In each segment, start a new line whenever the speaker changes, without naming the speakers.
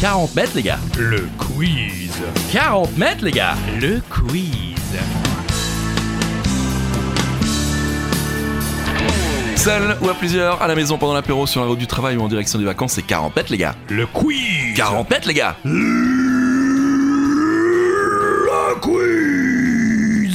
40 mètres, les gars.
Le quiz.
40 mètres, les gars.
Le quiz.
Seul ou à plusieurs, à la maison pendant l'apéro, sur la route du travail ou en direction des vacances, c'est 40 mètres, les gars.
Le quiz.
40 mètres, les gars.
Le quiz.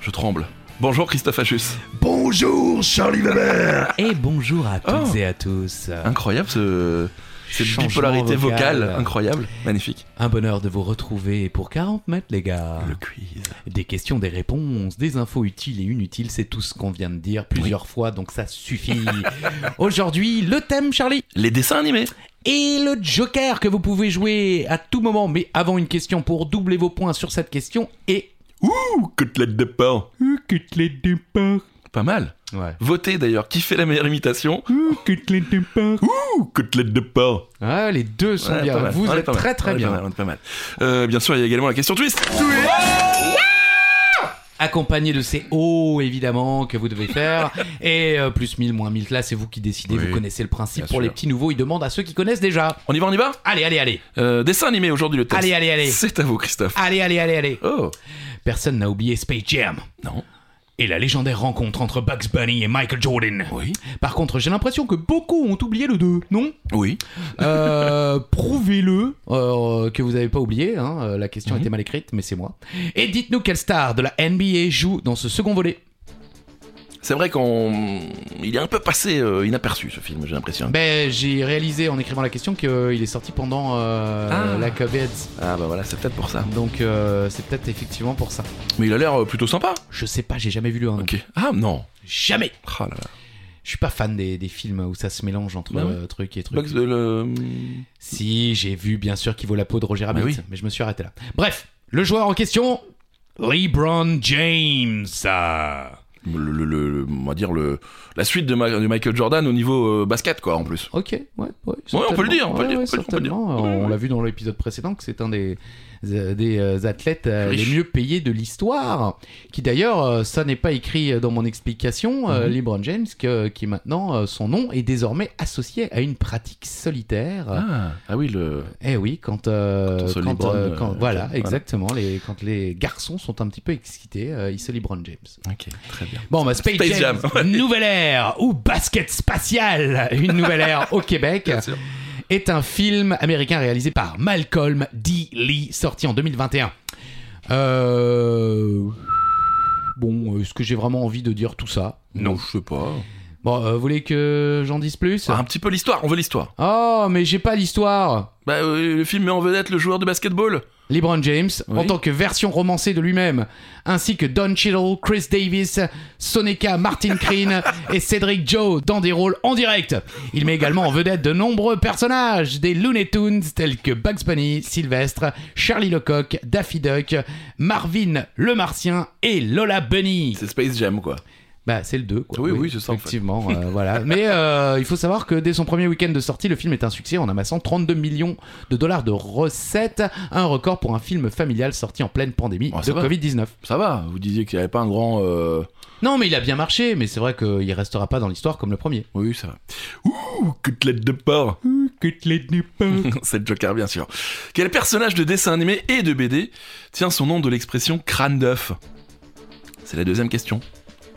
Je tremble. Bonjour Christophe Achus.
Bonjour Charlie Weber.
Et bonjour à toutes
Oh.
et à tous.
Incroyable ce. Cette
Changement
bipolarité vocale.
vocal.
incroyable, magnifique.
Un bonheur de vous retrouver pour 40 mètres, les gars.
quiz.
Des questions, des réponses, des infos utiles et inutiles, c'est tout ce qu'on vient de dire plusieurs fois, donc ça suffit. Aujourd'hui, le thème, Charlie,
Les dessins animés.
et le Joker que vous pouvez jouer à tout moment, mais avant une question pour doubler vos points sur cette question et.
Ouh, côtelette de porc.
Cutlette de porc.
Pas mal.
Ouais.
Votez d'ailleurs qui fait la meilleure imitation.
Cutlette de porc.
Ouh, côtelette de porc.
Ah, les deux sont
Ouais, pas
bien.
mal.
Vous
On est
êtes
pas mal.
très
On
très
est
bien.
Pas mal, on est pas mal. Euh, bien sûr, il y a également la question twist.
accompagné de ces hauts évidemment que vous devez faire et euh, plus 1000 moins 1000 là c'est vous qui décidez
Oui,
vous connaissez le principe
bien
pour
sûr.
les petits nouveaux ils demandent à ceux qui connaissent déjà
On y va, on y va
allez allez allez
Euh, Dessin animé aujourd'hui le test.
allez allez Ah. allez
C'est à vous, Christophe.
allez allez allez allez
Oh
personne n'a oublié Space Jam
Non.
et la légendaire rencontre entre Bugs Bunny et Michael Jordan
Oui.
par contre j'ai l'impression que beaucoup ont oublié le 2 non
Oui.
Euh, prouvez-le euh, que vous n'avez pas oublié hein, euh, la
Mhm.
question était mal écrite mais c'est moi et dites-nous quelle star de la NBA joue dans ce second volet
C'est vrai qu'on. Il est un peu passé euh, inaperçu ce film, j'ai l'impression.
Ben, j'ai réalisé en écrivant la question qu'il est sorti pendant euh,
Ah.
la COVID.
Ah bah voilà, c'est peut-être pour ça.
Donc, euh, c'est peut-être effectivement pour ça.
Mais il a l'air euh, plutôt sympa.
Je sais pas, j'ai jamais vu le 1.
Ok. Ah non.
Jamais
Ah là là.
Je suis pas fan des, des films où ça se mélange entre
Bah ouais.
euh, trucs et trucs.
Bugs, euh, le-
Si, j'ai vu bien sûr qui vaut la peau de Roger Rabbit,
Bah oui.
mais je me suis arrêté là. Bref, le joueur en question, LeBron James.
Le, le, le- le- on va dire le, la suite de, Ma- de Michael Jordan au niveau euh, basket, quoi, en plus.
Ok, ouais, ouais,
on peut le dire, on peut le dire, on
certainement.
peut le dire, on peut le dire.
certainement.
Ouais,
On
ouais.
l'a vu dans l'épisode précédent que c'est un des, des euh, athlètes euh,
Riche.
les mieux payés de l'histoire. Qui d'ailleurs, euh, ça n'est pas écrit dans mon explication, euh,
Mhm.
LeBron James, que- qui est maintenant, euh, son nom est désormais associé à une pratique solitaire.
Ah, ah oui, le.
Eh oui, quand, euh,
Quand on se
quand,
LeBron,
euh, quand-
euh,
voilà,
James,
exactement, les, quand les garçons sont un petit peu excités, euh, ils se LeBron James.
Ok, très bien.
Bon, bah, Space,
Space
Jam,
Jam, ouais.
nouvelle ère ou basket spatial, une nouvelle ère au Québec,
Bien sûr.
est un film américain réalisé par Malcolm D. Lee, sorti en 2021. Euh... Bon, est-ce que j'ai vraiment envie de dire tout ça
Bon, je sais pas.
Bon, euh, vous voulez que j'en dise plus
Ah, un petit peu l'histoire, on veut l'histoire.
Oh, mais j'ai pas l'histoire.
Bah, euh, le film met en vedette le joueur de basketball.
LeBron James, en
Oui.
tant que version romancée de lui-même, ainsi que Don Cheadle, Chris Davis, Soneca, Martin Crean et Cédric Joe dans des rôles en direct. Il met également en vedette de nombreux personnages des Looney Tunes tels que Bugs Bunny, Sylvestre, Charlie Lecoq, Daffy Duck, Marvin le Martien et Lola Bunny.
C'est Space Jam, quoi.
Bah, c'est le 2, quoi.
Oui, oui, c'est ça, en fait.
Effectivement, euh, voilà. Mais euh, il faut savoir que dès son premier week-end de sortie, le film est un succès en amassant 32 millions de dollars de recettes, un record pour un film familial sorti en pleine pandémie
Oh, ça
de
va.
Covid-19.
Ça va, vous disiez qu'il n'y avait pas un grand. euh,
Non, mais il a bien marché, mais c'est vrai qu'il restera pas dans l'histoire comme le premier.
Oui, ça va. Ouh, côtelette de porc C'est le Joker, bien sûr. Quel personnage de dessin animé et de BD tient son nom de l'expression crâne d'œuf C'est la deuxième question.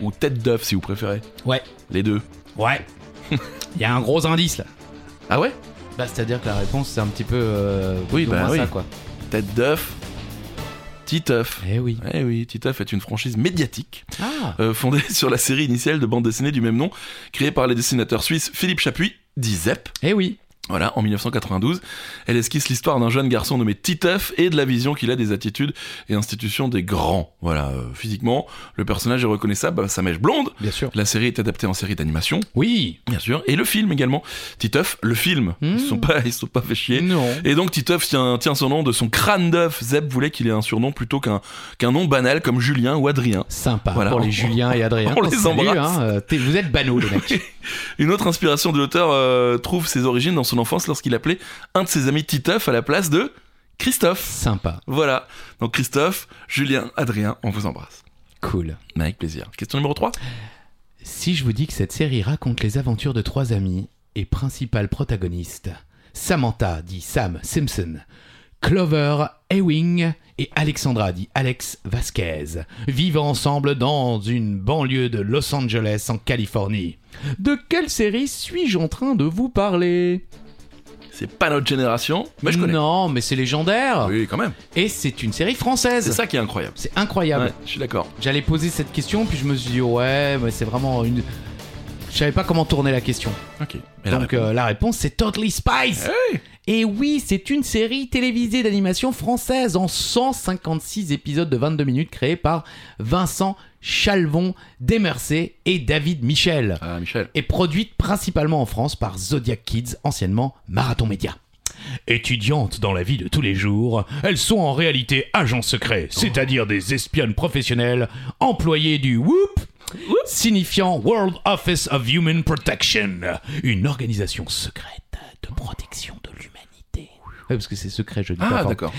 Ou tête d'œuf, si vous préférez.
Ouais.
Les deux.
Ouais. Il y a un gros indice là.
Ah ouais
Bah, c'est-à-dire que la réponse c'est un petit peu euh,
Oui,
plus ou
bah
moins ça
oui.
quoi.
Tête d'œuf. Petit œuf.
Eh oui.
Eh oui, Petit œuf est une franchise médiatique
Ah.
euh, fondée sur la série initiale de bande dessinée du même nom, créée par les dessinateurs suisses Philippe Chapuis, dit Zep,
Eh oui.
Voilà, en 1992, elle esquisse l'histoire d'un jeune garçon nommé Titeuf et de la vision qu'il a des attitudes et institutions des grands. Voilà, euh, physiquement, le personnage est reconnaissable à sa mèche blonde.
Bien sûr.
La série est adaptée en série d'animation,
Oui.
bien sûr, et le film également. Titeuf, le film. Ils se sont
Mmh.
pas, ils se sont pas fait chier.
Non.
Et donc Titeuf tient, tient son nom de son crâne d'œuf. Zeb voulait qu'il ait un surnom plutôt qu'un qu'un nom banal comme Julien ou Adrien.
Sympa
Voilà,
pour
on-
les Julien et Adrien.
on les
salue,
embrasse.
hein, euh, t'es- vous êtes banaux les mecs.
Une autre inspiration de l'auteur euh, trouve ses origines dans son enfance lorsqu'il appelait un de ses amis Titeuf à la place de Christophe.
Sympa.
Voilà. Donc Christophe, Julien, Adrien, on vous embrasse.
Cool.
Mais avec plaisir. Question numéro 3
Si je vous dis que cette série raconte les aventures de trois amis et principal protagoniste, Samantha dit Sam Simpson, Clover Ewing et Alexandra dit Alex Vasquez vivent ensemble dans une banlieue de Los Angeles en Californie. De quelle série suis-je en train de vous parler
C'est pas notre génération, mais je connais.
Non, mais c'est légendaire
Oui, quand même.
Et c'est une série
C'est
française
ça qui est incroyable.
C'est incroyable
Ouais, je suis d'accord.
J'allais poser cette question, puis je me suis dit, ouais, mais c'est vraiment une. Je savais pas comment tourner la question.
Ok. Mais la Eh
Donc euh, la réponse, c'est Totally Spice
Hey
Et oui, c'est une série télévisée d'animation française en 156 épisodes de 22 minutes créée par Vincent Chalvon Desmercé et David Michel
Ah, Michel.
est produite principalement en France par Zodiac Kids, anciennement Marathon Média. Étudiantes dans la vie de tous les jours, elles sont en réalité agents secrets, c'est-à-dire des espionnes professionnelles, employées du Whoop, signifiant World Office of Human Protection, une organisation secrète de protection de l'humanité. Ouais, parce que c'est secret, je dis pas
Ah,
fort
d'accord.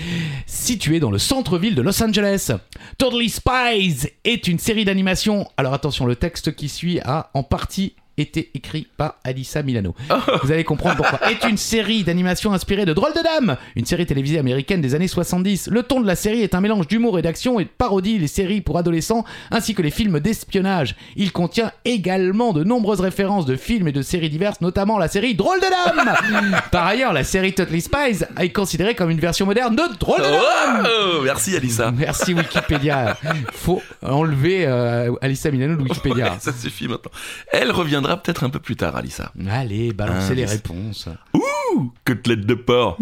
située dans le centre-ville de Los Angeles. Totally Spies est une série d'animation. Alors attention, le texte qui suit a en partie été écrit par Alissa Milano. Vous allez comprendre pourquoi. Est une série d'animation inspirée de Drôle de Dame, une série télévisée américaine des années 70. Le ton de la série est un mélange d'humour et d'action et de parodie, les séries pour adolescents ainsi que les films d'espionnage. Il contient également de nombreuses références de films et de séries diverses, notamment la série Drôle de Dame. Par ailleurs, la série Totally Spies est considérée comme une version moderne de Drôle de Dame.
Oh, merci, Alissa.
Merci Wikipédia. Faut enlever euh, Alissa Milano de Wikipédia.
Ouais, Ah, ça suffit maintenant. Elle reviendra peut-être un peu plus tard, Alissa.
Allez, balancez
Ah,
les
mais c'est-
réponses.
Ouh, côtelette de porc.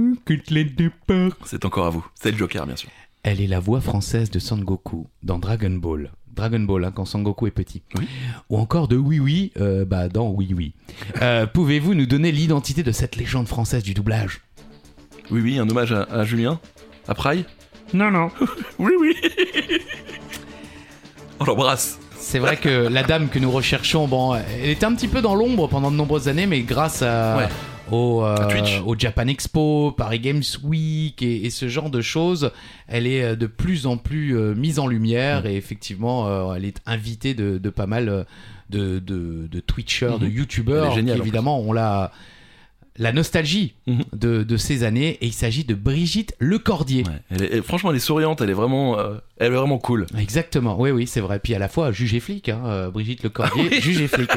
C'est encore à vous. C'est le Joker, bien sûr.
Elle est la voix française de Sangoku dans Dragon Ball. Dragon Ball, hein, quand Sangoku est petit.
Oui.
Ou encore de Oui Oui, euh, bah, dans Oui Oui. Euh, Pouvez-vous nous donner l'identité de cette légende française du doublage
Oui, oui, un hommage à, à Julien, à Praille.
Non, non.
Oui, oui. On l'embrasse.
C'est vrai que la dame que nous recherchons, bon, elle était un petit peu dans l'ombre pendant de nombreuses années, mais grâce à,
Ouais.
au, euh,
À Twitch.
au Japan Expo, Paris Games Week et, et ce genre de choses, elle est euh, de plus en plus euh, mise en
Mm.
lumière et effectivement, euh, elle est invitée de, de pas mal euh, de, de, de Twitchers, de
Mhm.
YouTubers,
Elle est
qui
géniale, en
évidemment ont la, la nostalgie
Mhm.
de, de ces années. Et il s'agit de Brigitte Lecordier.
Elle est- elle- franchement, elle est souriante. Elle est vraiment, euh, elle est vraiment cool.
Exactement, oui, oui, c'est vrai. Puis à la fois juge et flic, hein, euh, Brigitte Lecordier, juge et flic.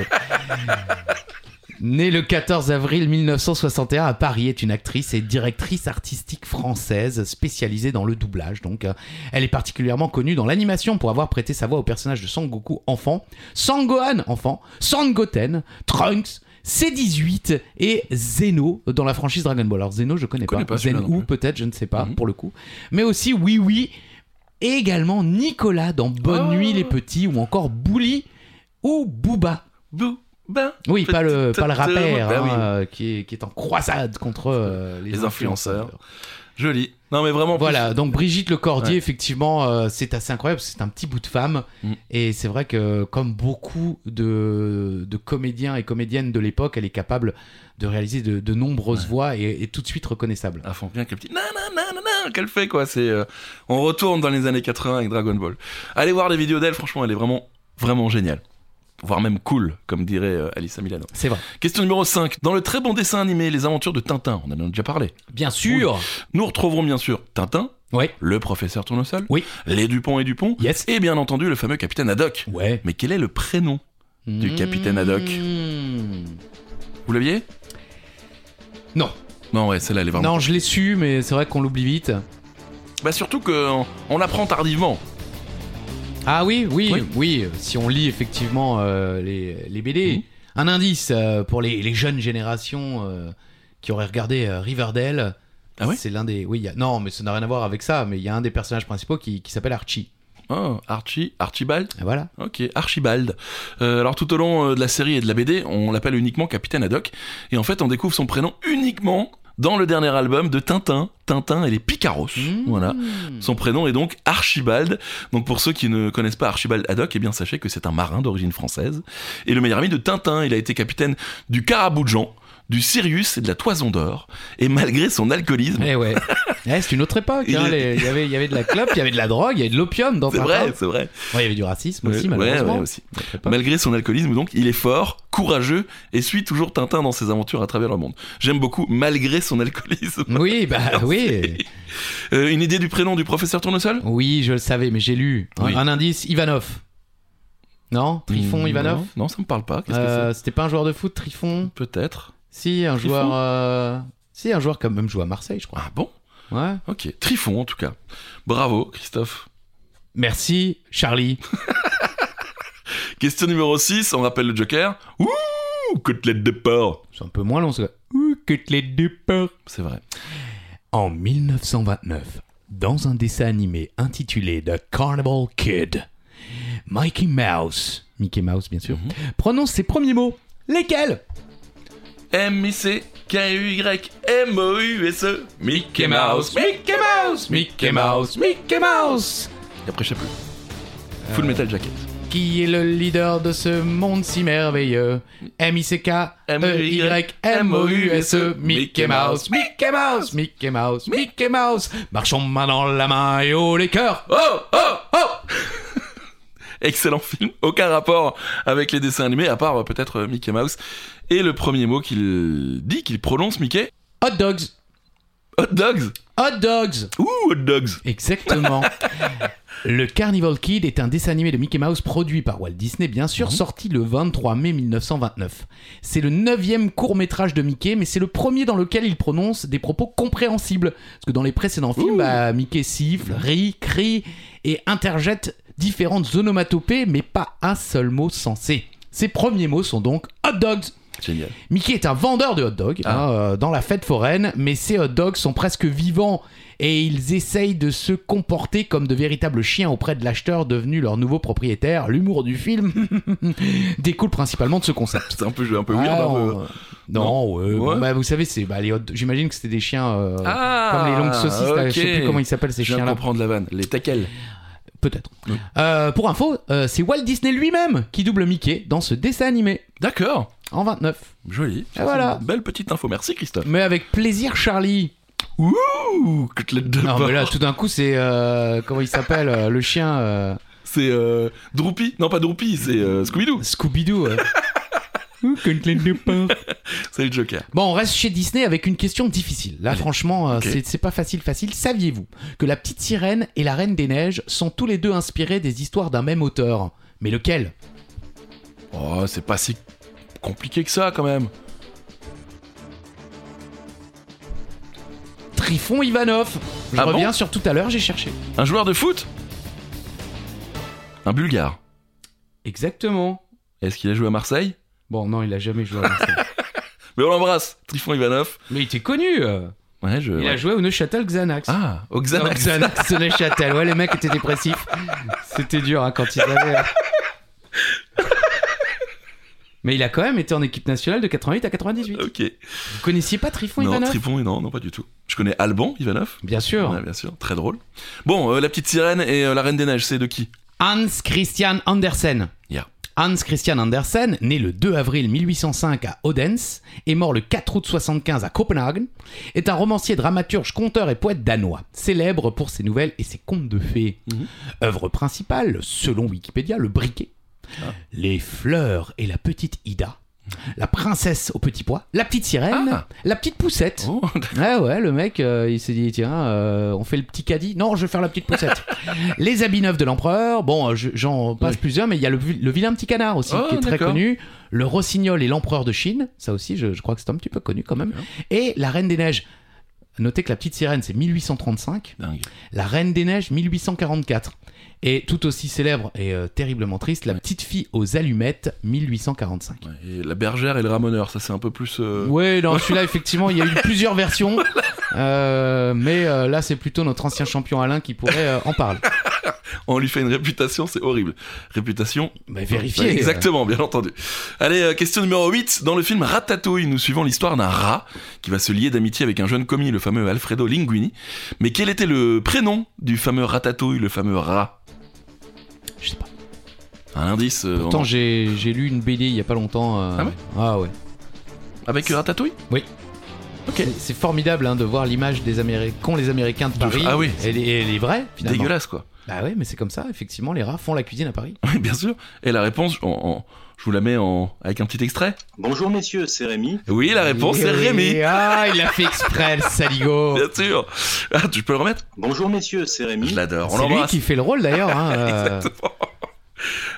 Née le 14 avril 1961 à Paris, est une actrice et directrice artistique française spécialisée dans le doublage. Donc, euh, elle est particulièrement connue dans l'animation pour avoir prêté sa voix au personnage de Sangoku enfant, Sangohan enfant, Sangoten, Trunks, C18 et Zeno dans la franchise Dragon Ball. Alors Zeno, je connais,
connais pas celui-là
Zen
non
ou
plus.
peut-être, je ne sais pas
Mhm.
pour le coup. Mais aussi Oui Oui et également Nicolas dans Bonne
Oh.
Nuit les Petits ou encore Bouli ou Booba.
Bou, ben,
Oui, pas le, pas le rappeur
Bah
hein,
oui.
euh, qui, est, qui est en croisade contre euh, les,
Les influenceurs. joli. Non, mais vraiment. en plus,
Voilà, donc Brigitte Lecordier, effectivement, euh, c'est assez incroyable, parce que c'est un petit bout de femme.
Mm.
Et c'est vrai que, comme beaucoup de, de comédiens et comédiennes de l'époque, elle est capable de réaliser de, de nombreuses voix et, et tout de suite reconnaissable.
à fond bien qu'elle petite nan nan nan nan nan qu'elle fait quoi c'est euh, on retourne dans les années 80 avec Dragon Ball allez voir les vidéos d'elle franchement elle est vraiment vraiment géniale voire même cool comme dirait euh, Alissa Milano
C'est vrai.
question numéro 5 dans le très bon dessin animé Les Aventures de Tintin on en a déjà parlé
Bien sûr
nous retrouverons bien sûr Tintin
Oui.
le professeur Tournesol
Oui.
les Dupont et Dupont
Yes
et bien entendu le fameux capitaine Haddock
Ouais.
mais quel est le prénom Du capitaine Haddock.
Mmh.
vous l'aviez
Non,
non ouais celle-là elle est vraiment
non, je l'ai su, mais c'est vrai qu'on l'oublie vite.
bah surtout qu'on on l'apprend tardivement
Ah oui, oui, oui,
Oui.
si on lit effectivement euh, les, les BD.
Mhm.
Un indice euh, pour les, les jeunes générations euh, qui auraient regardé euh, Riverdale.
Ah oui
C'est l'un des. Oui, il y a- non, mais ça n'a rien à voir avec ça, mais il y a un des personnages principaux qui, qui s'appelle Archie.
oh, Archie Archibald
Et voilà.
Ok, Archibald. Euh, alors tout au long euh, de la série et de la BD, on l'appelle uniquement Capitaine Haddock, et en fait on découvre son prénom uniquement dans le dernier album de Tintin, Tintin et les Picaros. Voilà.
Mmh.
Son prénom est donc Archibald. Donc pour ceux qui ne connaissent pas Archibald Haddock, eh bien sachez que c'est un marin d'origine française et le meilleur ami de Tintin. Il a été capitaine du Caraboujan, du Sirius et de la Toison d'Or. Et malgré son alcoolisme,
Eh ouais. Eh, c'est une autre époque.
Il
hein,
est-
les- Il y avait- il y avait de la clope, il y avait de la drogue, il y avait de l'opium dans
C'est
un
vrai,
temps.
c'est vrai.
Ouais, il y avait du racisme
Ouais,
aussi,
ouais,
malheureusement.
ouais, aussi.
Notre époque.
Malgré son alcoolisme, donc, il est fort, courageux et suit toujours Tintin dans ses aventures à travers le monde. J'aime beaucoup malgré son alcoolisme.
Oui, bah oui.
Euh, une idée du prénom du professeur Tournesol
Oui, je le savais, mais j'ai lu. Un,
Oui.
un indice, Ivanov. Hmm, Non Trifon
Mmh,
Ivanov
non, Non, ça me parle pas. Qu'est-ce
Euh,
que
C'était pas un joueur de foot, Trifon
c'est Peut-être.
Si, un
Trifon
joueur. euh, Si, un joueur comme même joue à Marseille, je crois.
Ah bon
Ouais.
Ok. Trifon, en tout cas. Bravo, Christophe.
Merci, Charlie.
Question numéro 6, on rappelle le Joker. Ouh, côtelette de porc.
C'est un peu moins long, ce. Ouh, que les deux peurs.
C'est vrai.
En 1929, dans un dessin animé intitulé The Carnival Kid, Mickey Mouse, Mickey Mouse bien sûr,
Mm-hmm.
prononce ses premiers mots. Lesquels
E, M-I-C-K-U-Y-M-O-U-S-E. E. Mickey Mouse.
Mickey Mouse, Mickey Mouse, Mickey Mouse
Et après, je sais plus.
Euh,
Full Metal Jacket.
Qui est le leader de ce monde si merveilleux M-I-C-K, E-Y-M-O-U-S-E, E. Mickey Mouse, Mickey Mouse, Mickey Mouse, Mickey Mouse Marchons main dans la main et haut les cœurs
Oh, oh, oh Excellent film, aucun rapport avec les dessins animés, à part euh, peut-être euh, Mickey Mouse. Et le premier mot qu'il dit, qu'il prononce, Mickey,
Hot dogs
hot dogs
Hot dogs
Ouh, hot dogs
Exactement. Le Carnival Kid est un dessin animé de Mickey Mouse produit par Walt Disney, bien sûr, sorti le 23 mai 1929. C'est le neuvième court métrage de Mickey, mais c'est le premier dans lequel il prononce des propos compréhensibles. Parce que dans les précédents films, bah, Mickey siffle, rit, crie et interjette différentes onomatopées, mais pas un seul mot sensé. Ses premiers mots sont donc hot dogs.
Génial.
Mickey est un vendeur de hot dogs
Ah.
hein, euh, dans la fête foraine, mais ces hot dogs sont presque vivants et ils essayent de se comporter comme de véritables chiens auprès de l'acheteur devenu leur nouveau propriétaire. L'humour du film découle principalement de ce concept.
C'est un peu, un peu weird.
Ah,
un peu-
on- Non, ouais,
Ouais.
bah, vous savez, c'est bah, les hot- J'imagine que c'était des chiens euh,
Ah,
comme les longues saucisses. là, je sais
ok.
plus comment ils s'appellent ces
Je viens de
chiens-là.
comprendre la vanne. Les tackles.
Peut-être. Euh, pour info, euh, c'est Walt Disney lui-même qui double Mickey dans ce dessin animé
D'accord.
en 29.
Joli.
Et voilà.
Une Belle petite info. Merci, Christophe.
Mais avec plaisir, Charlie.
Ouh, côtelette de
Non,
porc.
mais là, tout d'un coup, c'est. euh, comment il s'appelle euh, Le chien. euh,
C'est euh, Droopy. Non, pas Droopy, c'est euh, Scooby-Doo.
Scooby-Doo. ouais. Ouh, Quentin Lupin.
C'est le Joker.
bon, on reste chez Disney avec une question difficile. Là, franchement, euh,
Ok.
c'est- c'est pas facile, facile. Saviez-vous que La Petite Sirène et La Reine des Neiges sont tous les deux inspirés des histoires d'un même auteur Mais lequel
Oh, c'est pas si compliqué que ça, quand même.
Trifon Ivanov. Je
Ah bon
reviens sur tout à l'heure, j'ai cherché.
Un joueur de foot Un bulgare.
Exactement.
Est-ce qu'il a joué à Marseille
Bon, non, il a jamais joué à Marseille.
Mais on l'embrasse, Trifon Ivanov.
mais il était connu. euh.
Ouais, je.
Il a
ouais.
joué au Neuchâtel Xanax.
Ah, au Xanax.
Non, Xanax de Neuchâtel. Ouais, les mecs étaient dépressifs. C'était dur hein, quand ils avaient. euh. Mais il a quand même été en équipe nationale de 88 à 98. Vous
Ok.
connaissiez pas Trifon
non,
Ivanov
Trifon, non, non, pas du tout. Je connais Alban Ivanov.
Bien sûr.
Ouais, bien sûr, très drôle. Bon, euh, la petite sirène et euh, la reine des neiges, c'est de qui
Hans Christian Andersen.
Yeah.
Hans Christian Andersen, né le 2 avril 1805 à Odense et mort le 4 août 75 à Copenhague, est un romancier, dramaturge, conteur et poète danois, célèbre pour ses nouvelles et ses contes de fées.
Mhm.
Œuvre principale, selon Wikipédia, le briquet,
Ah.
les fleurs et la petite Ida, la princesse au petit pois, la petite sirène,
Mhm. Ah.
la petite poussette.
Oh,
Ouais, ouais, le mec, euh, il s'est dit, tiens, euh, on fait le petit caddie. Non, je vais faire la petite poussette. les habits neufs de l'empereur. Bon, euh, je- j'en passe
Oui.
plusieurs, mais il y a le, vi- le vilain petit canard aussi,
Oh,
qui est très
d'accord.
connu. Le rossignol et l'empereur de Chine. Ça aussi, je, je crois que c'est un petit peu connu quand même.
D'accord.
Et la reine des neiges. Notez que la petite sirène, c'est 1835.
dingue.
La reine des neiges, 1844. Et tout aussi célèbre et euh, terriblement triste, la petite fille aux allumettes, 1845.
Ouais, Et la bergère et le ramoneur, ça c'est un peu plus. euh,
Ouais, non, celui-là, effectivement, il y a eu plusieurs versions. Euh, mais euh, là, c'est plutôt notre ancien champion Alain qui pourrait euh, en parler.
On lui fait une réputation, c'est horrible. Réputation
Mais vérifiez.
Ouais, exactement, bien entendu. Allez, euh, question numéro 8. Dans le film Ratatouille, nous suivons l'histoire d'un rat qui va se lier d'amitié avec un jeune commis, le fameux Alfredo Linguini. Mais quel était le prénom du fameux Ratatouille, le fameux rat
euh, Je sais pas.
Un indice euh,
Pourtant,
en-
j'ai j'ai lu une BD il y a pas longtemps. euh,
Ah ouais
Ah ouais.
avec Ratatouille
Oui.
Ok.
C'est- C'est formidable hein, de voir l'image des Américains, qu'ont les Américains de Paris.
Ah oui.
Et les, et les vrais, finalement.
Dégueulasse, quoi.
Bah ouais, mais c'est comme ça, effectivement, les rats font la cuisine à Paris.
Oui, bien sûr. Et la réponse, en- en- je vous la mets en, avec un petit extrait.
Bonjour messieurs, c'est Rémi.
Oui, la réponse, c'est
Eh oui.
Rémi.
Ah, il l'a fait exprès, le saligo.
Bien sûr. Ah, tu peux le remettre
Bonjour messieurs, c'est Rémi.
Je l'adore. On
C'est lui
l'embrasse.
qui fait le rôle d'ailleurs. hein, euh,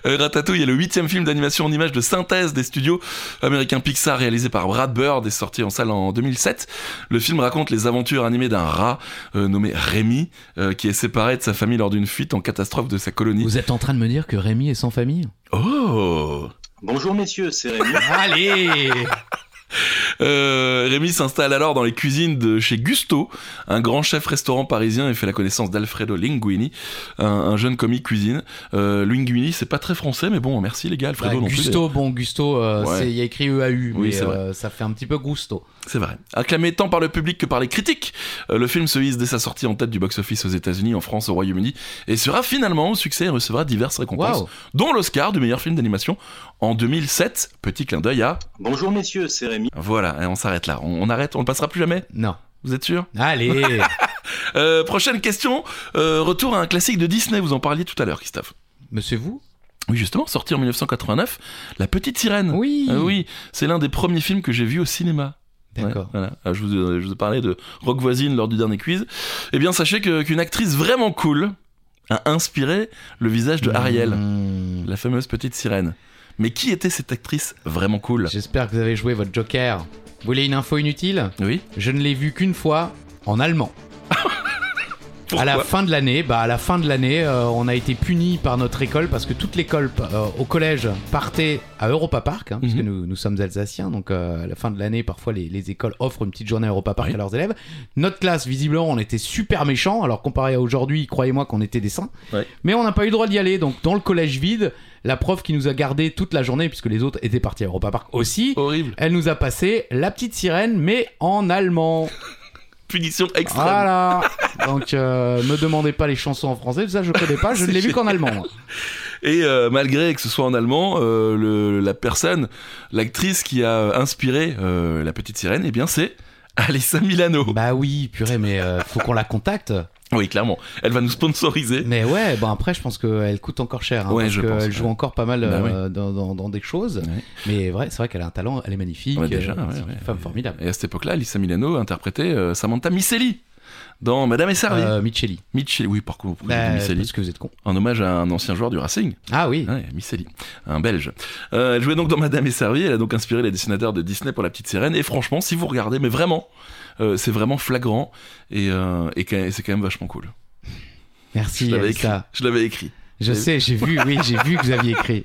Euh, Ratatouille est le huitième film d'animation en images de synthèse des studios américains Pixar réalisé par Brad Bird et sorti en salle en 2007. Le film raconte les aventures animées d'un rat euh, nommé Rémi euh, qui est séparé de sa famille lors d'une fuite en catastrophe de sa colonie.
Vous êtes en train de me dire que Rémi est sans famille
Oh
Bonjour messieurs, c'est Rémi.
Allez
Euh, Rémi s'installe alors dans les cuisines de chez Gusto, un grand chef restaurant parisien, et fait la connaissance d'Alfredo Linguini, un, un jeune comique cuisine. Euh, Linguini, c'est pas très français, mais bon, merci les gars, Alfredo
Bah,
non plus.
Gusto, bon, Gusto, euh,
Ouais.
c'est- il y a écrit EAU,
Oui,
mais
c'est vrai.
euh, ça fait un petit peu Gusto.
C'est vrai. Acclamé tant par le public que par les critiques, euh, le film se hisse dès sa sortie en tête du box-office aux États-Unis, en France, au Royaume-Uni, et sera finalement au succès et recevra diverses récompenses,
Waouh
dont l'Oscar du meilleur film d'animation en 2007. Petit clin d'œil à.
Bonjour messieurs, c'est Rémi.
Voilà, et on s'arrête là. On, on arrête, on ne passera plus jamais.
Non.
Vous êtes sûr
Allez
Euh, Prochaine question. euh, retour à un classique de Disney. Vous en parliez tout à l'heure, Christophe.
Mais c'est vous
Oui, justement, sorti en 1989, La Petite Sirène.
Oui
Ah oui, c'est l'un des premiers films que j'ai vu au cinéma.
D'accord.
Ouais, voilà. Ah, je, vous, euh, je vous ai parlé de Rock Voisine lors du dernier quiz. Eh bien, sachez que- qu'une actrice vraiment cool a inspiré le visage de Ariel,
Mmh.
la fameuse petite sirène. Mais qui était cette actrice vraiment cool
J'espère que vous avez joué votre Joker. Vous voulez une info inutile
Oui
Je ne l'ai vu qu'une fois en allemand. à la
Pourquoi
fin de l'année, bah à la fin de l'année, euh, on a été puni par notre école parce que toute l'école euh, au collège partait à Europa Park, hein, puisque
Mhm.
nous, nous sommes alsaciens, donc euh, à la fin de l'année, parfois les, les écoles offrent une petite journée à Europa Park
Oui.
à leurs élèves. Notre classe, visiblement, on était super méchants, alors comparé à aujourd'hui, croyez-moi qu'on était des saints.
Ouais.
Mais on n'a pas eu le droit d'y aller, donc dans le collège vide, la prof qui nous a gardé toute la journée, puisque les autres étaient partis à Europa Park aussi.
Horrible.
Elle nous a passé la petite sirène, mais en allemand.
Punition extrême.
Voilà. Donc, euh, me demandez pas les chansons en français, ça je connais pas, je ne
C'est
l'ai vu qu'en allemand. moi.
Et euh, malgré que ce soit en allemand, euh, le- la personne, l'actrice qui a inspiré euh, la petite sirène, eh bien c'est Alissa Milano.
Bah oui, purée, mais euh, faut qu'on la contacte.
Oui, clairement. Elle va nous sponsoriser.
Mais ouais, bah après, je pense qu'elle coûte encore cher. hein,
Ouais,
parce
je pense,
qu'elle
ouais.
joue encore pas mal
Bah
euh, dans, dans- dans des choses.
Ouais.
Mais vrai, c'est vrai qu'elle a un talent, elle est magnifique.
Ouais, déjà,
euh,
ouais,
c'est une
ouais.
femme formidable.
Et à cette époque-là, Alissa Milano interprétait euh, Samantha Miceli dans Madame et Servie.
Euh, Micheli.
Mitchell, oui, par contre, pourquoi j'ai dit Hein
Bah,
Miceli
parce que vous êtes con.
En hommage à un ancien joueur du Racing,
Ah oui.
ouais, Miceli, un Belge. Euh, elle jouait donc dans Madame et Servie, elle a donc inspiré les dessinateurs de Disney pour La Petite Sirène. Et franchement, si vous regardez, mais vraiment, euh, c'est vraiment flagrant et, euh, et que- c'est quand même vachement cool. Je
Merci.
l'avais écrit.
Alissa.
Je l'avais écrit.
Je sais, j'ai vu, oui, j'ai vu que vous aviez écrit.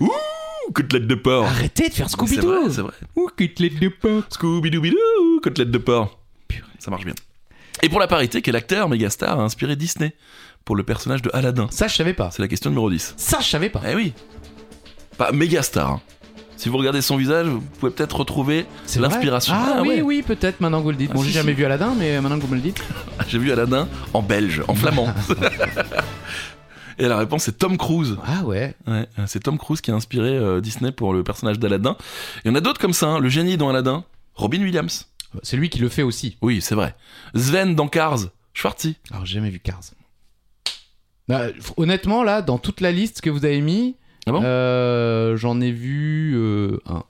Ouh, Côtelette de porc.
Arrêtez de faire
Oh. C'est vrai, c'est
Scooby-Doo.
vrai.
Ouh, cutelette de pain.
Scooby-Dooby-Doo, côtelette de porc. Ça marche bien. Et pour la parité, quel acteur mégastar a inspiré Disney pour le personnage de Aladdin
Ça, je savais pas.
C'est la question numéro 10.
Ça, je savais pas.
Eh oui Pas mégastar. hein. Si vous regardez son visage, vous pouvez peut-être retrouver
C'est
l'inspiration.
vrai Ah,
Ah
oui,
ouais.
oui, peut-être maintenant que vous le dites.
Ah,
bon,
si,
j'ai
si.
jamais vu Aladdin, mais maintenant que vous me le dites.
ah, J'ai vu Aladdin en belge, en flamand. Et la réponse c'est Tom Cruise.
Ah ouais.
Ouais, euh, c'est Tom Cruise qui a inspiré euh, Disney pour le personnage d'Aladdin. Il y en a d'autres comme ça, hein. le génie dans Aladdin, Robin Williams.
C'est lui qui le fait aussi.
Oui, c'est vrai. Sven dans Cars, Schwartzy.
Alors, j'ai jamais vu Cars. Bah, f- honnêtement, là, dans toute la liste que vous avez mis,
Ah bon
euh, j'en ai vu euh, un.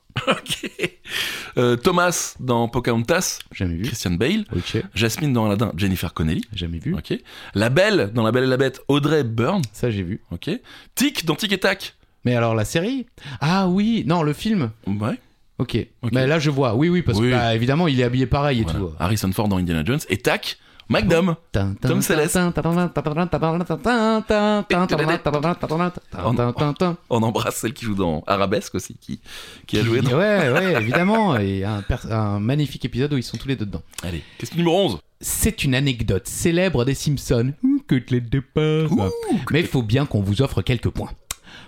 Euh, Thomas dans Pocahontas,
Jamais vu.
Christian Bale.
Ok,
Jasmine dans Aladdin, Jennifer Connelly.
jamais vu.
Ok. La Belle dans La Belle et la Bête, Audrey Byrne.
Ça, j'ai vu.
Ok. Tic dans Tic et Tac.
Mais alors, la série Ah oui, non, le film.
Ouais.
Ok.
Ok.
Mais là, je vois. Oui, oui, parce
Oui.
que bah, évidemment, il est habillé pareil et
Voilà.
tout.
Harrison Ford dans Indiana Jones. Et Tac, Magnum. Tom Selleck. On embrasse celle qui joue dans Arabesque aussi, qui, qui a joué dans.
Ouais, ouais, évidemment. Et un, pers- un magnifique épisode où ils sont tous les deux dedans.
Allez, question numéro 11.
C'est une anecdote célèbre des Simpsons. Hmm, Ouh, côtelette de pain. Mais il faut bien qu'on vous offre quelques points.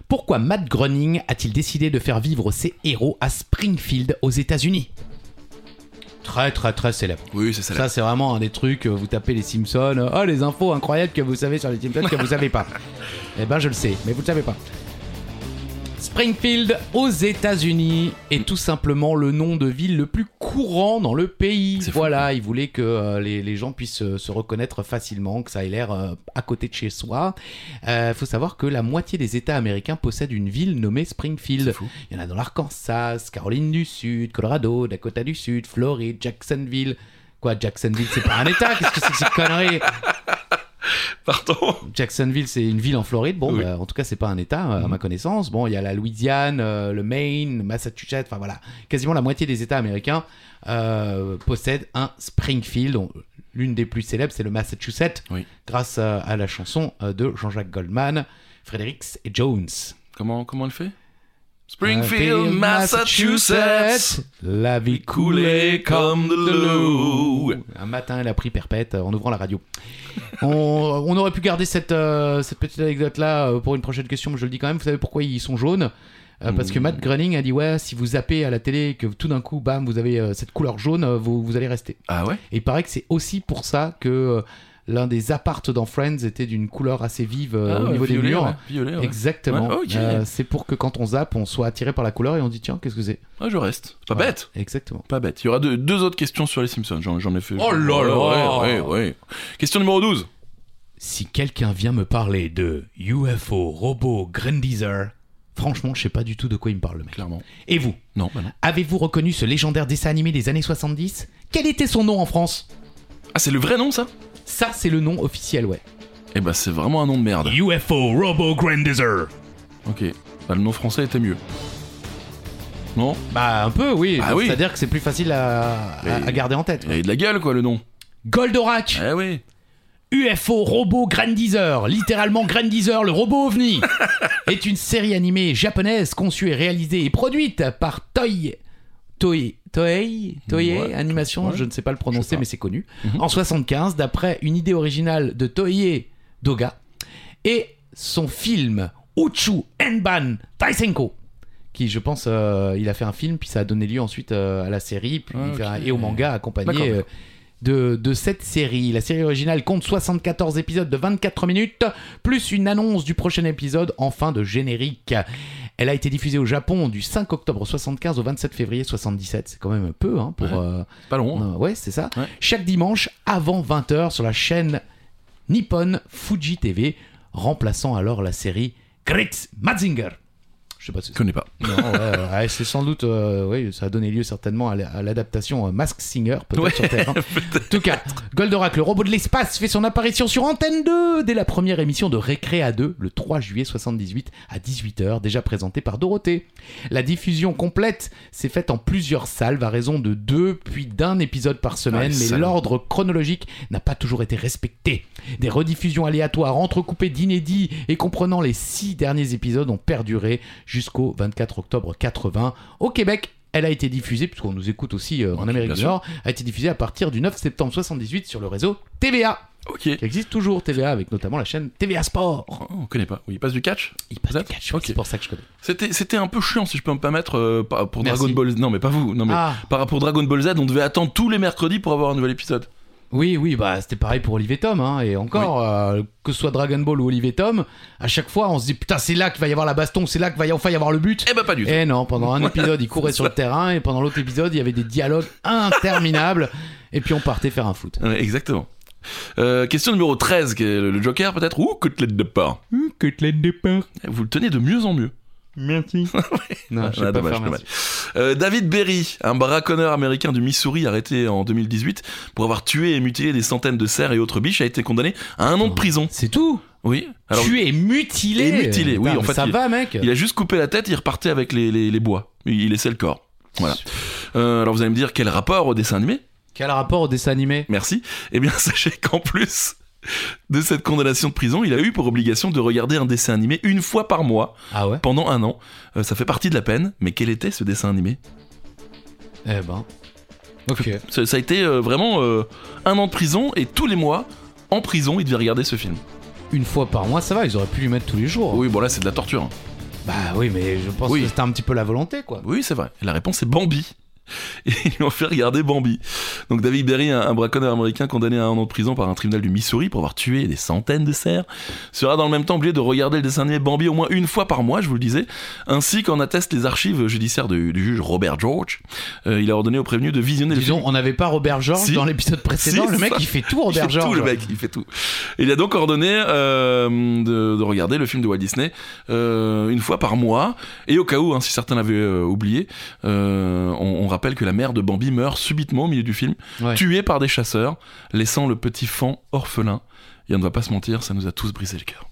Pourquoi Matt Groening a-t-il décidé de faire vivre ses héros à Springfield aux États-Unis Très, très, très célèbre.
Oui, c'est celle-là.
Ça, c'est vraiment un des trucs. euh, Vous tapez les Simpsons. euh, Oh, les infos incroyables que vous savez sur les Simpsons que vous savez pas. eh ben, je le sais, mais vous le savez pas. Springfield aux États-Unis est tout simplement le nom de ville le plus courant dans le pays.
C'est fou.
Voilà, il voulait que euh, les, les gens puissent euh, se reconnaître facilement, que ça ait l'air euh, à côté de chez soi. Euh, faut savoir que la moitié des États américains possèdent une ville nommée Springfield.
fou.
Il y en a dans l'Arkansas, Caroline du Sud, Colorado, Dakota du Sud, Floride, Jacksonville. Quoi, Jacksonville, c'est pas un État Qu'est-ce que c'est que ces conneries
Pardon.
Jacksonville, c'est une ville en Floride. Bon,
Oui. Mm-hmm.
bah, en tout cas, c'est pas un État, euh, à ma connaissance. Bon, il y a la Louisiane, euh, le Maine, le Massachusetts. Enfin voilà, quasiment la moitié des États américains euh, possèdent un Springfield. On- L'une des plus célèbres, c'est le Massachusetts,
Oui.
grâce euh, à la chanson euh, de Jean-Jacques Goldman, Fredericks et Jones.
Comment, comment elle fait Springfield, Massachusetts.
la vie coulait comme de l'eau. Un matin, elle a pris perpète euh, en ouvrant la radio. on, on aurait pu garder cette, euh, cette petite anecdote-là euh, pour une prochaine question, mais je le dis quand même. Vous savez pourquoi ils sont jaunes Euh, parce que
Mm.
Matt Groening a dit ouais si vous zappez à la télé et que tout d'un coup bam vous avez euh, cette couleur jaune euh, vous, vous allez rester
Ah ouais
et il paraît que c'est aussi pour ça que euh, l'un des appartes dans Friends était d'une couleur assez vive euh,
Ah,
au niveau
violet,
des murs
ouais, Violet, Ah ouais.
Exactement.
Ouais, ok.
Euh, c'est pour que quand on zappe, on soit attiré par la couleur et on dit tiens, qu'est-ce que c'est
Ah, je reste. Pas
Voilà.
bête.
Exactement.
Pas bête. Il y aura deux, deux autres questions sur les Simpsons. J'en, j'en ai fait.
Oh là là
Ouais, ouais, ouais. Question numéro 12.
Si quelqu'un vient me parler de UFO, robot, Grandizer, franchement, je sais pas du tout de quoi il me parle, le mec.
Clairement.
Et vous
Non, bah non.
Avez-vous reconnu ce légendaire dessin animé des années 70 Quel était son nom en France
Ah, c'est le vrai nom, ça
Ça, c'est le nom officiel, ouais.
Eh bah, c'est vraiment un nom de merde.
UFO Robo Grandizer.
Ok. Bah, le nom français était mieux. Non
Bah, un peu, oui.
Ah
Donc,
oui.
C'est-à-dire que c'est plus facile à, à-
Mais-
à garder en tête.
Il avait de la gueule, quoi, le nom.
Goldorak
Eh oui.
UFO Robot Grandizer, littéralement Grandizer, le robot ovni, est une série animée japonaise conçue et réalisée et produite par Toei. Toei, Toei, Toei
Ouais,
Animation,
ouais.
je ne sais pas le prononcer,
Je sais pas.
mais c'est connu.
Mhm.
En 75, d'après une idée originale de Toei Doga et son film Uchu Enban Taisenko, qui, je pense, euh, il a fait un film, puis ça a donné lieu ensuite euh, à la série, puis
Ah,
il fait
ok.
un- et au manga
D'accord,
accompagné euh,
d'accord.
de, de cette série. La série originale compte 74 épisodes de 24 minutes, plus une annonce du prochain épisode en fin de générique. Elle a été diffusée au Japon du 5 octobre 75 au 27 février 77. C'est quand même peu, hein, pour...
Ouais.
euh,
C'est pas long. hein.
non, ouais, c'est ça.
Ouais.
Chaque dimanche avant 20h sur la chaîne Nippon Fuji TV, remplaçant alors la série Great Mazinger. Je sais pas si
Je connais pas.
non, ouais, ouais, ouais, c'est sans doute, euh, oui, ça a donné lieu certainement à l- à l'adaptation euh, Mask Singer, peut-être
Ouais,
sur Terre. hein. En tout cas, Goldorak, le robot de l'espace, fait son apparition sur Antenne 2 dès la première émission de Récré à 2, le 3 juillet 78 à 18h, déjà présentée par Dorothée. La diffusion complète s'est faite en plusieurs salves à raison de deux puis d'un épisode par
Ouais,
semaine, mais
salle.
l'ordre chronologique n'a pas toujours été respecté. Des rediffusions aléatoires entrecoupées d'inédits et comprenant les six derniers épisodes ont perduré jusqu'au 24 octobre 80 au Québec. Elle a été diffusée, puisqu'on nous écoute aussi euh,
Ok,
en Amérique
bien
du
sûr.
Nord, a été diffusée à partir du 9 septembre 78 sur le réseau TVA,
Ok.
qui existe toujours, TVA, avec notamment la chaîne TVA Sport.
Oh, on connaît pas. Oui, il passe du catch
Il passe
Peut-être
des catchs,
Ok.
c'est pour ça que je connais.
C'était, c'était un peu chiant, si je peux me permettre, euh, par- pour
Merci.
Dragon Ball Z. Non, mais pas vous. Non, mais
Ah,
par rapport à Dragon Ball Z, on devait attendre tous les mercredis pour avoir un nouvel épisode.
oui, oui, bah c'était pareil pour Olivier Tom, hein, et encore, euh, que ce soit Dragon Ball ou Olivier Tom, à chaque fois on se dit putain, c'est là qu'il va y avoir la baston, c'est là qu'il va y enfin y avoir le but.
Eh bah, pas du tout.
Eh non, pendant un épisode, il courait sur le terrain et pendant l'autre épisode, il y avait des dialogues interminables et puis on partait faire un foot.
Ouais, exactement. Euh, question numéro 13, qui est le le Joker peut-être Ouh, côtelette de porc.
Côtelette de porc.
Eh, Vous le tenez de mieux en mieux.
Merci. non, je sais
Ah,
pas
dommage,
faire
dommage.
merci.
Euh, David Berry, un barraconneur américain du Missouri arrêté en 2018 pour avoir tué et mutilé des centaines de cerfs et autres biches, a été condamné à un an de prison.
C'est tout
Oui. Alors,
Tu es mutilé
Et mutilé, oui,
Putain,
en
mais
fait,
Ça
il-
va, mec
il a juste coupé la tête, il repartait avec les, les- les bois. Il il laissait le corps. Voilà. Euh, alors vous allez me dire quel rapport au dessin animé
Quel rapport au dessin animé
Merci. Eh bien, sachez qu'en plus de cette condamnation de prison, il a eu pour obligation de regarder un dessin animé une fois par mois
Ah ouais
pendant un an. Euh, ça fait partie de la peine, mais quel était ce dessin animé
Eh ben. Ok.
ça, ça a été euh, vraiment euh, un an de prison et tous les mois, en prison, il devait regarder ce film.
Une fois par mois, ça va, ils auraient pu lui mettre tous les jours.
Oui, bon là, c'est de la torture. hein.
Bah oui, mais je pense
Oui.
que c'était un petit peu la volonté, quoi.
Oui, c'est vrai. Et la réponse est Bambi. et ils lui ont fait regarder Bambi. Donc David Berry, un, un braconneur américain condamné à un an de prison par un tribunal du Missouri pour avoir tué des centaines de cerfs, sera dans le même temps obligé de regarder le dessin animé Bambi au moins une fois par mois, je vous le disais, ainsi qu'en attestent les archives judiciaires du, du juge Robert George. Euh, il a ordonné aux prévenus de visionner le film.
Disons, on n'avait pas Robert George
Si.
dans l'épisode précédent.
Si,
le
c'est
mec,
ça.
il fait tout,
Il fait
Robert George.
tout le mec, il fait tout. Il a donc ordonné euh, de, de regarder le film de Walt Disney euh, une fois par mois. Et au cas où, hein, si certains l'avaient euh, oublié, euh, on, on rappelle que la mère de Bambi meurt subitement au milieu du film,
Ouais.
tuée par des chasseurs, laissant le petit fan orphelin. Et on ne va pas se mentir, ça nous a tous brisé le cœur.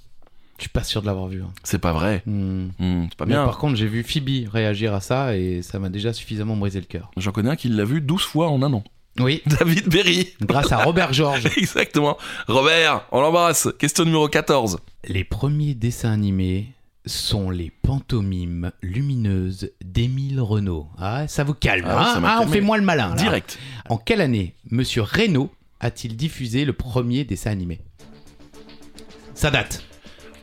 Je suis pas sûr de l'avoir vu. hein.
C'est pas vrai.
Hmm.
Hmm, c'est pas
Mais
bien.
par contre, j'ai vu Phoebe réagir à ça et ça m'a déjà suffisamment brisé le cœur.
J'en connais un qui l'a vu 12 fois en un an.
Oui,
David Berry.
grâce à Robert George.
Exactement. Robert, on l'embrasse. Question numéro 14.
Les premiers dessins animés sont les pantomimes lumineuses d'Émile Renault. Ah, ça vous calme,
Ah oui,
hein
ça m'a
Ah, on
calmé.
fait moins le malin. là.
Direct.
En quelle année Monsieur Renault a-t-il diffusé le premier dessin animé Ça date.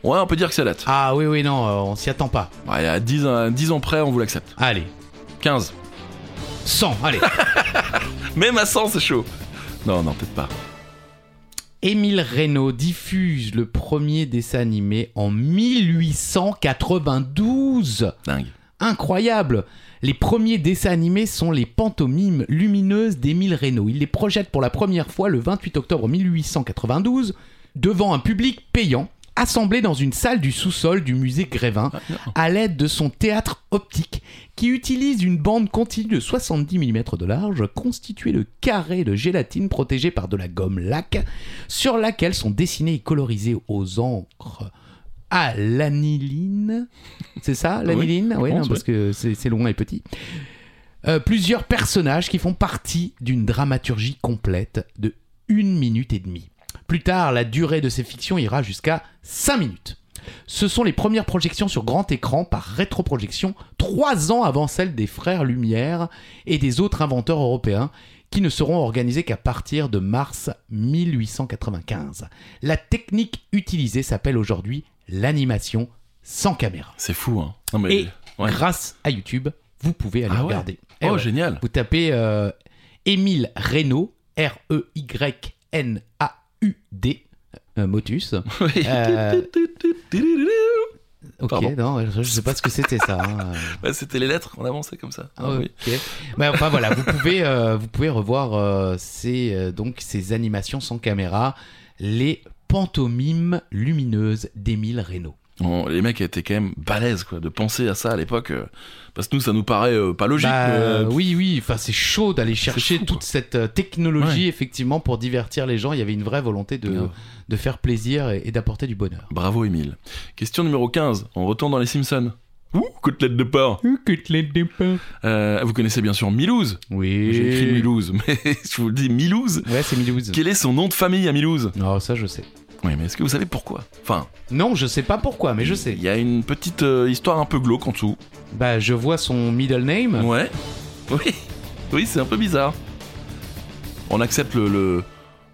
Ouais, on peut dire que ça date.
Ah oui, oui, non, euh, on s'y attend pas.
Ouais, à 10 ans, à 10 ans près, on vous l'accepte.
Allez,
15.
100, allez.
Même à 100, c'est chaud. Non, non, peut-être pas.
Émile Reynaud diffuse le premier dessin animé en 1892.
Dingue.
Incroyable Les premiers dessins animés sont les pantomimes lumineuses d'Émile Reynaud. Il les projette pour la première fois le 28 octobre 1892 devant un public payant, assemblé dans une salle du sous-sol du musée Grévin,
Ah, non.
à l'aide de son théâtre optique qui utilise une bande continue de 70 mm de large constituée de carrés de gélatine protégés par de la gomme laque sur laquelle sont dessinés et colorisés aux encres à l'aniline. C'est ça, l'aniline Oui,
je
non,
pense,
parce que c'est c'est long et petit. Euh, plusieurs personnages qui font partie d'une dramaturgie complète de une minute et demie. Plus tard, la durée de ces fictions ira jusqu'à 5 minutes. Ce sont les premières projections sur grand écran par rétroprojection, trois ans avant celles des frères Lumière et des autres inventeurs européens, qui ne seront organisées qu'à partir de mars 1895. La technique utilisée s'appelle aujourd'hui l'animation sans caméra.
C'est fou, hein. Non, mais...
Et
ouais.
grâce à YouTube, vous pouvez aller
Ah ouais.
regarder. Eh
Oh,
ouais.
génial.
Vous tapez euh, Émile Reynaud, E R-E-Y-N-A-U-D, euh, Motus.
Oui.
Euh, Ok,
Pardon.
non, je, je sais pas ce que c'était ça. hein.
Ouais, C'était les lettres qu'on avançait comme ça. Ah, oui.
Ok. Mais enfin voilà, vous pouvez, euh, vous pouvez revoir euh, ces, euh, donc, ces animations sans caméra, les pantomimes lumineuses d'Émile Reynaud.
Bon, les mecs étaient quand même balèzes, quoi, de penser à ça à l'époque. euh, Parce que nous, ça nous paraît euh, pas logique.
Bah,
mais, euh,
oui, oui, enfin c'est chaud d'aller chercher
fou,
toute
quoi.
cette euh, technologie effectivement pour divertir les gens. Il y avait une vraie volonté de,
Grave.
de faire plaisir et, et d'apporter du bonheur.
Bravo, Émile. Question numéro 15. On retourne dans les Simpsons. Ouh, côtelette de porc. Euh, vous connaissez bien sûr Milouz.
Oui.
J'ai écrit Milouz, mais je vous le dis, Milouz.
Ouais, c'est Milouz.
Quel est son nom de famille à Milouz
Non, ça je sais.
Oui, mais est-ce que vous savez pourquoi Enfin,
Non, je sais pas pourquoi, mais je sais.
Il y a une petite euh, histoire un peu glauque en dessous.
Bah, je vois son middle name.
Ouais. Oui. Oui, c'est un peu bizarre. On accepte le. le-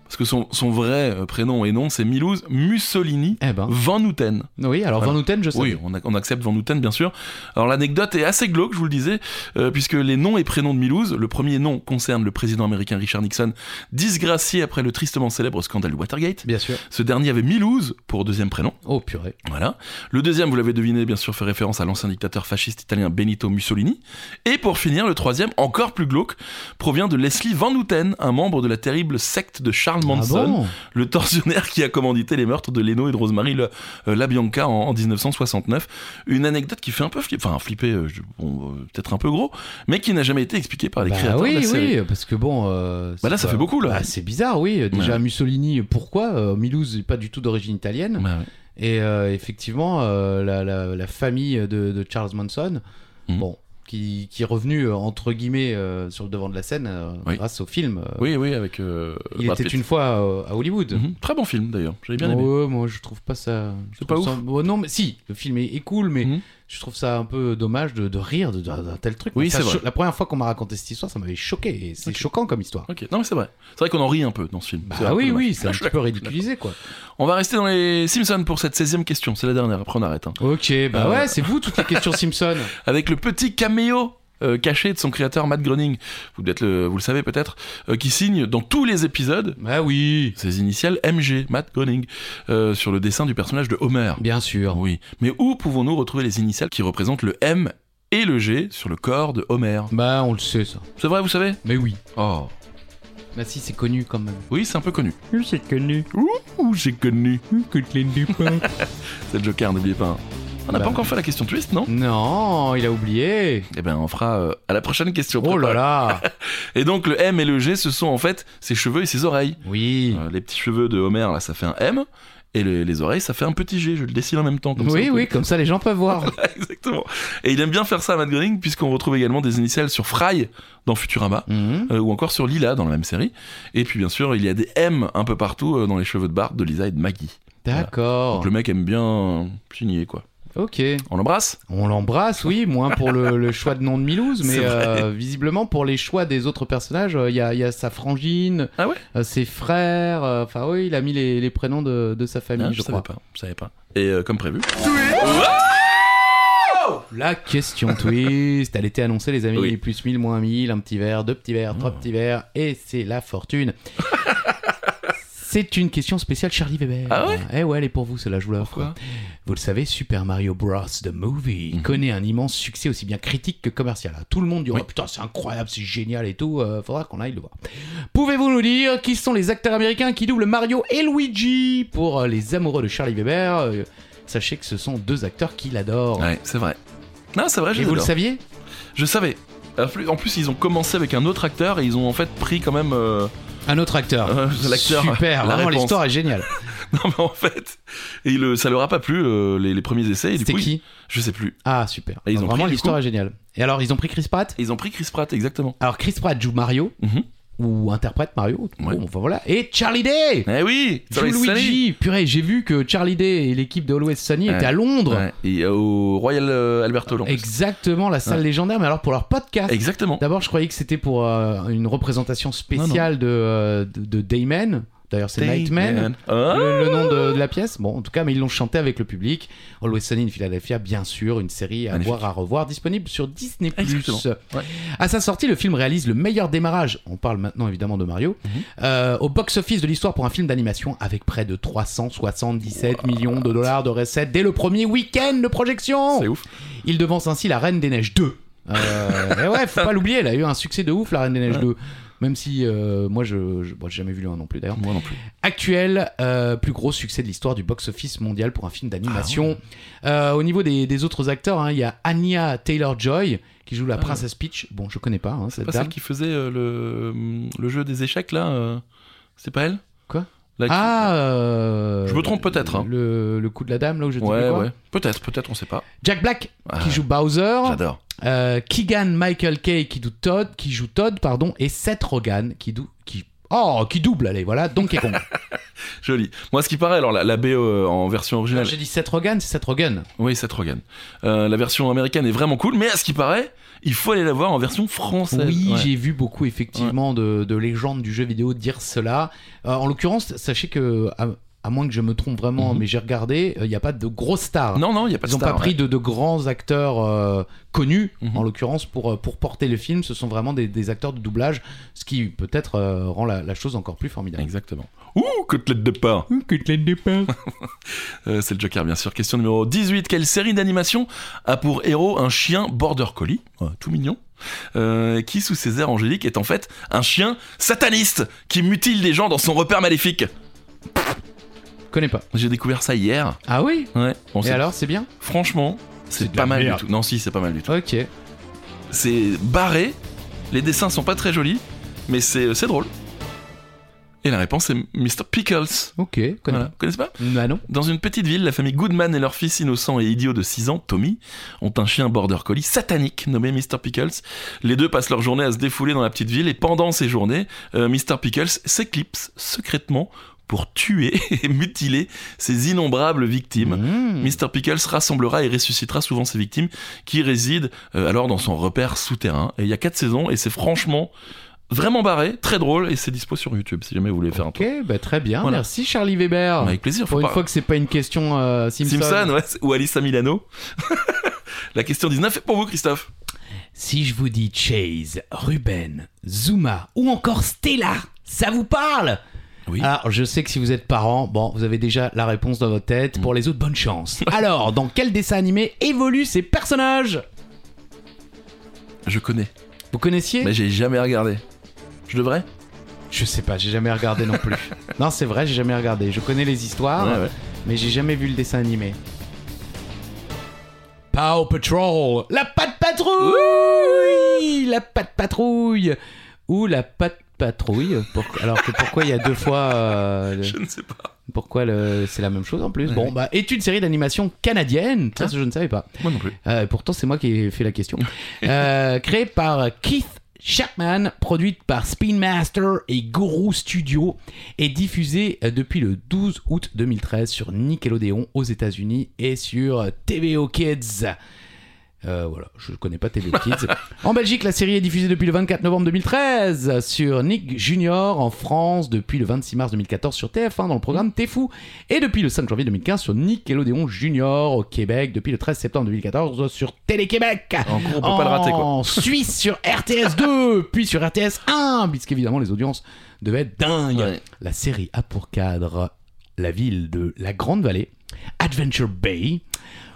Parce que son, son vrai euh, prénom et nom, c'est Milouz Mussolini
Eh ben,
Van Houten.
oui, alors
Voilà.
Van Houten, je sais.
Oui, on, a- on accepte Van Houten, bien sûr. Alors, l'anecdote est assez glauque, je vous le disais, euh, puisque les noms et prénoms de Milouz, le premier nom concerne le président américain Richard Nixon, disgracié après le tristement célèbre scandale du Watergate.
Bien sûr.
Ce dernier avait Milouz pour deuxième prénom.
Oh purée.
Voilà. Le deuxième, vous l'avez deviné, bien sûr, fait référence à l'ancien dictateur fasciste italien Benito Mussolini. Et pour finir, le troisième, encore plus glauque, provient de Leslie Van Houten, un membre de la terrible secte de Charles Manson,
Ah bon
le tortionnaire qui a commandité les meurtres de Leno et de Rosemary Le- euh, LaBianca en, en 1969. Une anecdote qui fait un peu flipper, enfin flipper, euh, je- bon, euh, peut-être un peu gros, mais qui n'a jamais été expliquée par les
Bah
créateurs de la
oui,
série.
oui, parce que bon. euh,
Bah là,
c'est
ça
pas-
fait beaucoup, là.
Bah, c'est bizarre, oui. Déjà, Mussolini, pourquoi Euh, Milouz n'est pas du tout d'origine italienne.
Bah ouais.
Et euh, effectivement, euh, la, la- la famille de, de Charles Manson,
Mhm.
bon, qui, qui est revenu, euh, entre guillemets, euh, sur le devant de la scène euh,
Oui.
grâce au film. euh,
Oui, oui, avec. euh,
Il
Brad
était
Pitt.
une Oh fois euh, à Hollywood.
Mhm. Très bon film d'ailleurs, j'avais bien aimé.
Ouais, moi je trouve pas ça. je
C'est
trouve
pas
ça- Bon, non, mais si, le film est, est cool, mais
Mhm.
je trouve ça un peu dommage de, de rire de- d'un d'un tel truc.
Oui,
Ça
c'est vrai.
cho- La première fois qu'on m'a raconté cette histoire, ça m'avait choqué. et C'est
Ok.
choquant comme histoire.
Ok, non mais c'est vrai. C'est vrai qu'on en rit un peu dans ce film. C'est un
Bah
peu
oui,
dommage.
oui, c'est
Là,
un
je suis
petit peu ridiculisé quoi.
On va rester dans les Simpsons pour cette 16 e question, c'est la dernière, après on arrête. hein.
Ok, bah
Euh,
ouais, c'est vous toutes les questions Simpson.
Avec le petit caméo euh, caché de son créateur Matt Groening. Vous, peut-être le, vous le savez peut-être, euh, qui signe dans tous les épisodes
Bah oui,
ses initiales MG, Matt Groening, euh, sur le dessin du personnage de Homer.
bien sûr.
Oui, mais où pouvons-nous retrouver les initiales qui représentent le M et le G sur le corps de Homer
Bah on le sait ça.
C'est vrai, vous savez
Mais oui.
Oh,
Bah si, c'est connu quand même.
oui, c'est un peu connu.
C'est connu.
Ouh, j'ai connu.
Dupin.
C'est le Joker, n'oubliez pas. hein. On n'a
Bah.
pas encore fait la question twist, non
non, il a oublié.
Eh ben, on fera euh, à la prochaine question.
Oh là là.
Et donc, le M et le G, ce sont en fait ses cheveux et ses oreilles.
Oui.
Euh, les petits cheveux de Homer, là, ça fait un M. Et les, les oreilles, ça fait un petit G. Je le dessine en même temps. Comme ça,
oui,
vous
oui, comme ça les gens peuvent voir.
pouvez- Exactement. Et il aime bien faire ça à Matt Groening, puisqu'on retrouve également des initiales sur Fry dans Futurama.
Mhm.
Euh, ou encore sur Lila dans la même série. Et puis bien sûr, il y a des M un peu partout euh, dans les cheveux de Bart, de Lisa et de Maggie.
D'accord.
Donc le mec aime bien signer quoi.
Ok.
On l'embrasse
On l'embrasse, oui, moins pour le, le choix de nom de Milouz, mais
C'est vrai.
euh, visiblement pour les choix des autres personnages, euh, il y, a, il y a sa frangine,
Ah ouais
euh, ses frères, euh, enfin oui, il a mis les, les prénoms de, de sa famille,
Ah,
je
savais
crois.
pas, je savais pas. Et euh, comme prévu.
La question twist, elle était annoncée les amis,
Oui. Oh.
plus 1000, moins 1000, un petit verre, deux petits verres, trois petits verres, et c'est la fortune. c'est une question spéciale Charlie Weber.
Ah ouais
Eh ouais, elle est pour vous, celle-là, je vous l'offre. Vous le savez, Super Mario Bros. The Movie
Mhm.
connaît un immense succès aussi bien critique que commercial. Tout le monde dit
Oui.
oh, putain, c'est incroyable, c'est génial et tout, euh, faudra qu'on aille le voir. Pouvez-vous nous dire qui sont les acteurs américains qui doublent Mario et Luigi Pour euh, les amoureux de Charlie Weber, euh, sachez que ce sont deux acteurs qui l'adorent.
Ouais, c'est vrai. Non, c'est vrai, Ah, je
et
les
Oh. vous le
adore.
saviez
Je savais. En plus, en plus, ils ont commencé avec un autre acteur et ils ont en fait pris quand même. euh,
Un autre acteur.
Euh, l'acteur,
Super,
la
vraiment
réponse.
l'histoire est géniale.
Non, mais en fait, et le, ça leur a pas plu euh, les, les premiers essais. Et du
C'était
coup, ils-
qui
Je sais plus.
Ah super.
Et ils
Donc,
ont
vraiment
pris, du
l'histoire
coup
est géniale. Et alors ils ont pris Chris Pratt
Et ils ont pris Chris Pratt, exactement.
Alors Chris Pratt joue Mario
Mhm.
ou interprète Mario.
Ouais.
Bon, enfin, voilà. Et Charlie Day.
Eh oui,
Joe
dans les séries.
Luigi, purée, j'ai vu que Charlie Day et l'équipe de Always Sunny
Ouais.
étaient à Londres.
Ouais, et au Royal euh, Albert Hall. en plus.
Exactement, la salle légendaire, mais alors pour leur podcast.
Exactement.
D'abord, je croyais que c'était pour euh, une représentation spéciale De, euh, de, de Dayman. D'ailleurs, c'est Nightman.
Ah
Le, le nom de, de la pièce. Bon, en tout cas, mais ils l'ont chanté avec le public. Always Sunny in Philadelphia, bien sûr, une série à
Magnifique.
voir, à revoir, disponible sur Disney+.
Exactement. Ouais.
À sa sortie, le film réalise le meilleur démarrage, on parle maintenant évidemment de Mario,
Mhm.
euh, au box-office de l'histoire pour un film d'animation avec près de 377 millions de dollars de recettes dès le premier week-end de projection.
C'est ouf.
Il devance ainsi La Reine des Neiges 2. Euh, et ouais, faut pas l'oublier, elle a eu un succès de ouf, La Reine des Neiges
Ouais.
2. Même si euh, moi, je, je- bon, j'ai jamais vu le 1 non plus d'ailleurs
Moi non plus.
actuel euh, plus gros succès de l'histoire du box-office mondial pour un film d'animation.
Ah
Euh, au niveau des, des autres acteurs, hein, il y a Anya Taylor-Joy qui joue la
Ah.
princesse Peach. Bon, je connais pas hein,
C'est
cette
pas
dame.
celle qui faisait euh, le, le jeu des échecs là euh, C'est pas elle
Quoi
La-
Ah, euh,
Je me trompe peut-être, hein.
Le, le coup de la dame là où je te dis
Ouais,
quoi.
ouais. Peut-être, peut-être, on sait pas.
Jack Black
Ah,
qui joue Bowser,
J'adore.
euh, Keegan Michael Kay qui joue Todd, qui joue Todd pardon, et Seth Rogen qui dou- qui oh qui double allez voilà Donkey Kong.
Joli. Moi, ce qui paraît, alors la, la BO euh, en version
Alors,
originale.
J'ai dit Seth Rogen, c'est Seth Rogen.
Oui, Seth Rogen. Euh, la version américaine est vraiment cool, mais à ce qui paraît, il faut aller la voir en version française.
Oui,
Ouais.
j'ai vu beaucoup effectivement de, de légendes du jeu vidéo dire cela. Euh, en l'occurrence, sachez que, à, à moins que je me trompe vraiment,
Mhm.
mais j'ai regardé, euh, il n'y a pas de grosses stars.
Non, non, il y a pas
Ils
de
n'ont pas
star,
pris
ouais.
de, de grands acteurs euh, connus,
Mhm.
en l'occurrence, pour, euh, pour porter le film. Ce sont vraiment des, des acteurs de doublage, ce qui peut-être euh, rend la, la chose encore plus formidable. Hum,
Exactement. Ouh, côtelette de pain Euh, C'est le Joker, bien sûr. Question numéro 18. Quelle série d'animation a pour héros un chien border collie Ouais, Tout mignon. euh, qui, sous ses airs angéliques, est en fait un chien sataniste qui mutile les gens dans son repère maléfique.
Je connais pas.
J'ai découvert ça hier.
Ah oui
Ouais. Bon,
Et
c'est-
alors, c'est bien
Franchement, c'est
C'est de
pas
la
mal
merde.
du tout. Non, si, c'est pas mal du tout.
Ok.
C'est barré. Les dessins sont pas très jolis, mais c'est euh, c'est drôle. Et la réponse est Mr. Pickles.
Ok, connais
Voilà. Vous connaissez pas
pas. Bah non.
Dans une petite ville, la famille Goodman et leur fils innocent et idiot de 6 ans, Tommy, ont un chien border collie satanique nommé Mr. Pickles. Les deux passent leur journée à se défouler dans la petite ville et pendant ces journées, euh, Mr. Pickles s'éclipse secrètement pour tuer et mutiler ses innombrables victimes.
Mhm.
Mr. Pickles rassemblera et ressuscitera souvent ses victimes qui résident euh, alors dans son repère souterrain. Et il y a 4 saisons et c'est franchement vraiment barré, très drôle et c'est dispo sur YouTube si jamais vous voulez faire un
Ok,
tour.
bah très bien.
Voilà.
Merci Charlie Weber.
Avec plaisir, faut
Pour une
pas-
fois que c'est pas une question euh, Simpson.
Simpson, ouais, c'est- ou Alice à Milano. La question 19 est pour vous, Christophe.
Si je vous dis Chase, Ruben, Zuma ou encore Stella, ça vous parle
Oui.
Alors, je sais que si vous êtes parent, bon, vous avez déjà la réponse dans votre tête.
Mm.
Pour les autres, bonne chance. Alors, dans quel dessin animé évoluent ces personnages
Je connais,
Vous connaissiez
mais j'ai jamais regardé. Je devrais
Je sais pas, j'ai jamais regardé non plus. non, c'est vrai, j'ai jamais regardé. Je connais les histoires,
Ouais, ouais.
mais j'ai jamais vu le dessin animé. Paw Patrol La patte patrouille La patte patrouille Ou la patte patrouille Pourquoi- Alors que pourquoi il y a deux fois... euh, le-
Je ne sais pas.
Pourquoi le... c'est la même chose en plus Bon, bah, est une série d'animation canadienne
Hein?
Ça, je ne savais pas.
Moi non plus.
Euh, pourtant, c'est moi qui ai fait la question. Euh, créée par Keith Chapman, produite par Spinmaster et Guru Studio, et diffusée euh, depuis le 12 août 2013 sur Nickelodeon aux États-Unis et sur TVO Kids. Euh, voilà, je ne connais pas TVO Kids. en Belgique, la série est diffusée depuis le 24 novembre 2013 sur Nick Junior. En France, depuis le 26 mars 2014 sur TF1 dans le programme T'es fou. Et depuis le 5 janvier 2015 sur Nickelodeon Junior au Québec. Depuis le 13 septembre 2014 sur Télé-Québec.
En gros, on peut pas le rater quoi.
En Suisse sur RTS 2, puis sur RTS 1, puisqu'évidemment les audiences devaient être dingues.
Ouais.
La série a pour cadre la ville de la Grande Vallée, Adventure Bay,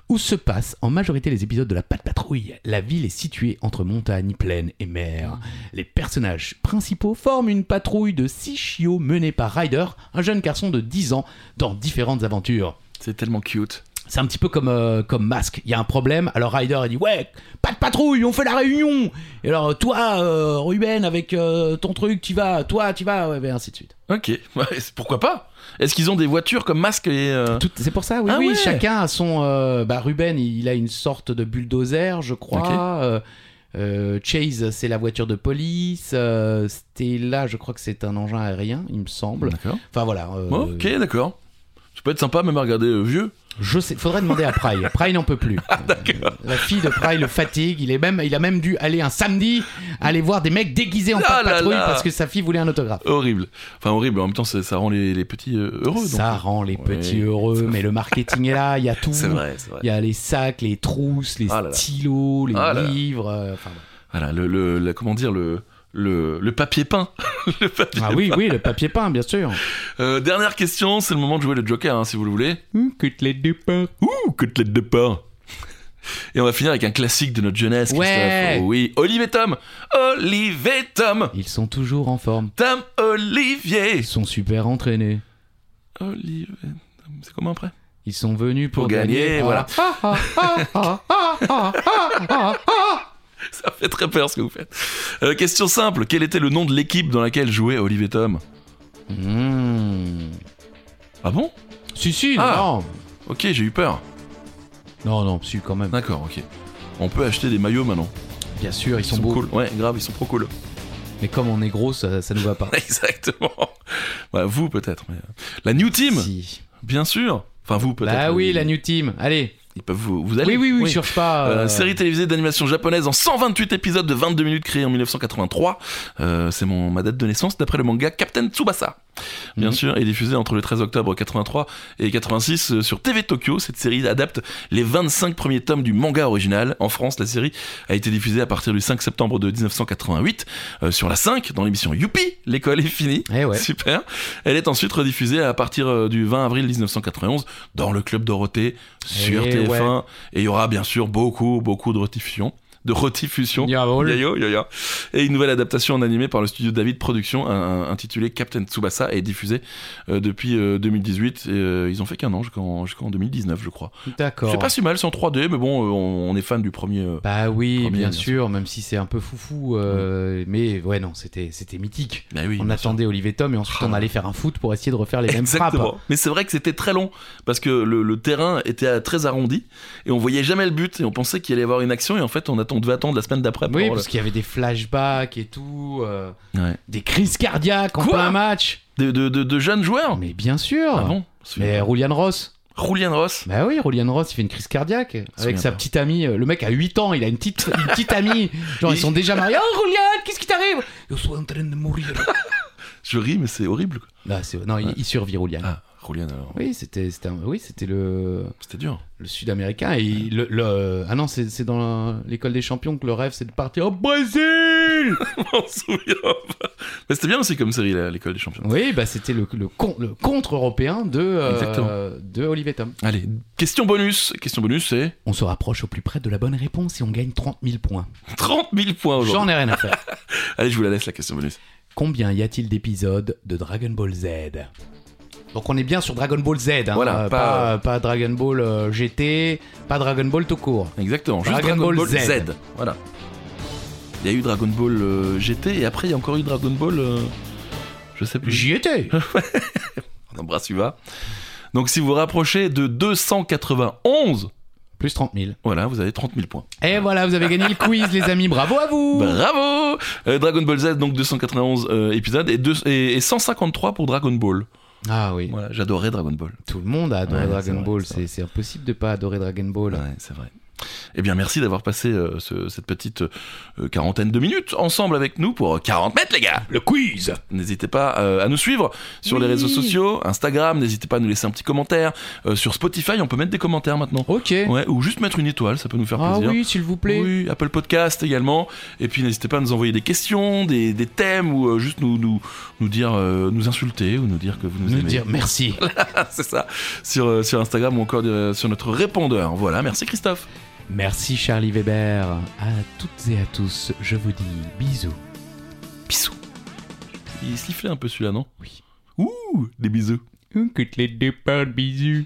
où se passent en majorité les épisodes de la Patte Patrouille. La ville est située entre montagne, plaine et mer. Les personnages principaux forment une patrouille de six chiots menée par Ryder, un jeune garçon de 10 ans, dans différentes aventures.
C'est tellement cute.
C'est un petit peu comme, euh, comme Masque. Il y a un problème, alors Ryder il dit Ouais, pas de patrouille, on fait la réunion Et alors, toi, euh, Ruben, avec euh, ton truc, tu vas, toi, tu vas, ouais, et ainsi de suite.
Ok, Ouais, c'est- pourquoi pas Est-ce qu'ils ont des voitures comme masque et. euh,
Tout- c'est pour ça, oui,
Ah
oui,
ouais.
chacun a son. euh, bah, Ruben, il a une sorte de bulldozer, je crois. Euh, euh, Chase, c'est la voiture de police. Euh, Stella, je crois que c'est un engin aérien, il me semble.
D'accord.
Enfin voilà. euh,
Bon, ok, d'accord. Ça peut être sympa même à regarder euh, vieux.
Je sais, faudrait demander à Pry. Pry n'en peut plus.
Ah,
Euh, la fille de Pry le fatigue. Il, est même, il a même dû aller un samedi aller voir des mecs déguisés en
Ah
Pat'
là
patrouille
là.
parce que sa fille voulait un autographe.
Euh, Horrible. Enfin, horrible. En même temps, ça, ça rend les, les petits euh, heureux. donc.
Ça rend les petits
Oui,
heureux, mais le marketing est là, il y a tout.
C'est vrai, c'est vrai.
Il y a les sacs, les trousses, les
Ah là là.
stylos, les
Ah là là.
livres. euh, enfin, bon.
Voilà, le, le- la- comment dire, le, le, le papier peint. le papier
ah oui, oui, le papier peint, bien sûr.
Euh, dernière question, c'est le moment de jouer le Joker, hein, si vous le voulez.
Côtelette de pain.
Ouh, côtelette de pain Et on va finir avec un classique de notre jeunesse,
Ouais.
Christophe. Oh oui, Olive et Tom Olive et Tom
Ils sont toujours en forme.
Tom Olivier
Ils sont super entraînés.
Olive et Tom, c'est comment après
Ils sont venus pour,
Pour gagner,
Ah.
voilà.
Ah, ah, ah, ah, ah, ah, ah, ah, ah.
Ça fait très peur ce que vous faites. Euh, question simple, quel était le nom de l'équipe dans laquelle jouait Olive et Tom
Mmh.
Ah bon
Si, si,
Ah.
non.
Ok, j'ai eu peur.
Non, non, si, quand même.
D'accord, ok. On peut acheter des maillots maintenant.
Bien sûr, ils sont, beaux.
cool. Ouais, grave, ils sont trop cool.
Mais comme on est gros, ça, ça nous va pas.
Exactement. Bah, vous peut-être. Mais... euh, La New Team,
Si.
bien sûr. Enfin, vous peut-être.
Bah oui,
Ils-
la New Team. Allez.
Ils peuvent vous, vous allez.
oui, oui, oui, cherche pas.
Euh,
euh,
série télévisée d'animation japonaise en 128 épisodes de 22 minutes créée en 1983. Euh, c'est mon, ma date de naissance d'après le manga Captain Tsubasa. Bien
Mhm.
sûr, et diffusée entre le 13 octobre 83 et 86 euh, sur TV Tokyo. Cette série adapte les 25 premiers tomes du manga original. En France, la série a été diffusée à partir du 5 septembre de 1988 euh, sur la 5 dans l'émission Youpi, l'école est finie.
Eh ouais.
Super. Elle est ensuite rediffusée à partir euh, du 20 avril 1991 dans le club Dorothée sur
Eh
TF1
ouais.
et il y aura bien sûr beaucoup beaucoup de rediffusions, de rediffusions.
Yeah, bah, oh là.
Yayo, yaya. Et une nouvelle adaptation en animé par le studio David Productions un- un- intitulée Captain Tsubasa est diffusée euh, depuis euh, 2018 et euh, ils ont fait qu'un an jusqu'en jusqu'en 2019 je crois.
D'accord.
C'est pas si mal, c'est en 3D mais bon euh, on, on est fan du premier euh,
Bah oui,
Premier,
bien
bien
sûr, même si c'est un peu foufou. euh, Mais ouais, non, c'était c'était mythique.
bah oui,
on
bien sûr.
attendait Olivier Tom et ensuite
Ah.
on allait faire un foot pour essayer de refaire les mêmes
Exactement.
frappes.
Mais c'est vrai que c'était très long parce que le, le terrain était euh, très arrondi et on voyait jamais le but et on pensait qu'il allait y avoir une action et en fait on, attend, on devait attendre la semaine d'après pour
Oui,
voir
parce qu'il y avait des flashbacks et tout, euh,
le- Ouais.
des crises cardiaques en
Quoi
plein match.
de, de- de- de jeunes joueurs.
Mais bien sûr.
Ah bon
Mais Roulian Ross.
Julian Ross.
Bah oui, Rolian Ross, il fait une crise cardiaque avec
souviens
sa
pas.
petite amie. Euh, Le mec a 8 ans, il a une petite, une petite amie. Genre, ils sont déjà mariés. Oh, Rolian, qu'est-ce qui t'arrive Je suis en train de mourir.
Je ris mais c'est horrible. quoi.
Bah, Là, c'est- non, il, il survit, Rolian.
Ah, Crowlian alors.
Oui, c'était c'était un- oui, c'était le,
C'était dur.
le sud-américain. Et il- le, le- ah non, c'est c'est dans l'école des champions que le rêve, c'est de partir au Brésil
Je m'en souviens pas. Mais c'était bien aussi comme série, là, l'école des champions.
Oui, bah c'était le, le, con- le contre-européen de, euh,
Exactement.
de Olivier Tom.
Allez, question bonus. Question bonus, c'est
On se rapproche au plus près de la bonne réponse et on gagne 30 000 points.
30 000 points aujourd'hui.
J'en ai rien à faire.
Allez, je vous la laisse, la question bonus.
Combien y a-t-il d'épisodes de Dragon Ball Z Donc on est bien sur Dragon Ball Z, hein,
Voilà,
euh,
pas-
pas, pas Dragon Ball euh, GT, pas Dragon Ball tout court.
Exactement, juste Dragon,
Dragon
Ball,
Ball
Z.
Z.
Voilà. Il y a eu Dragon Ball euh, GT et après il y a encore eu Dragon Ball. euh, je sais plus.
J'y étais
On embrasse Uva. Donc si vous vous rapprochez de 291,
Plus 30 000.
voilà, vous avez 30 000 points.
Et voilà, vous avez gagné le quiz, les amis. Bravo à vous
Bravo Euh, Dragon Ball Z, donc 291 euh, épisodes et, deux- et- et 153 pour Dragon Ball.
Ah oui,
Voilà, j'adorais Dragon Ball.
tout le monde a adoré
Ouais, c'est
Dragon
vrai,
Ball.
c'est vrai.
C'est c'est impossible de pas adorer Dragon Ball.
Ouais, c'est vrai. Eh bien, merci d'avoir passé euh, ce- cette petite euh, quarantaine de minutes ensemble avec nous pour 40 mètres, les gars.
Le quiz.
N'hésitez pas euh, à nous suivre sur les
Oui.
réseaux sociaux, Instagram, n'hésitez pas à nous laisser un petit commentaire. Euh, sur Spotify, on peut mettre des commentaires maintenant.
Ok.
Ouais, ou juste mettre une étoile, ça peut nous faire
ah
plaisir.
oui, s'il vous plaît.
Oui, Apple Podcast également. Et puis n'hésitez pas à nous envoyer des questions, des, des thèmes, ou euh, juste nous, nous, nous dire, euh, nous insulter, ou nous dire que vous nous,
Nous
aimez.
dire merci.
C'est ça. Sur, euh, sur Instagram ou encore euh, sur notre répondeur. Voilà, merci Christophe.
Merci Charlie Weber. À toutes et à tous, je vous dis bisous.
Bisous. Il sifflait un peu celui-là, non
Oui.
Ouh, des bisous.
Que te les départs, bisous.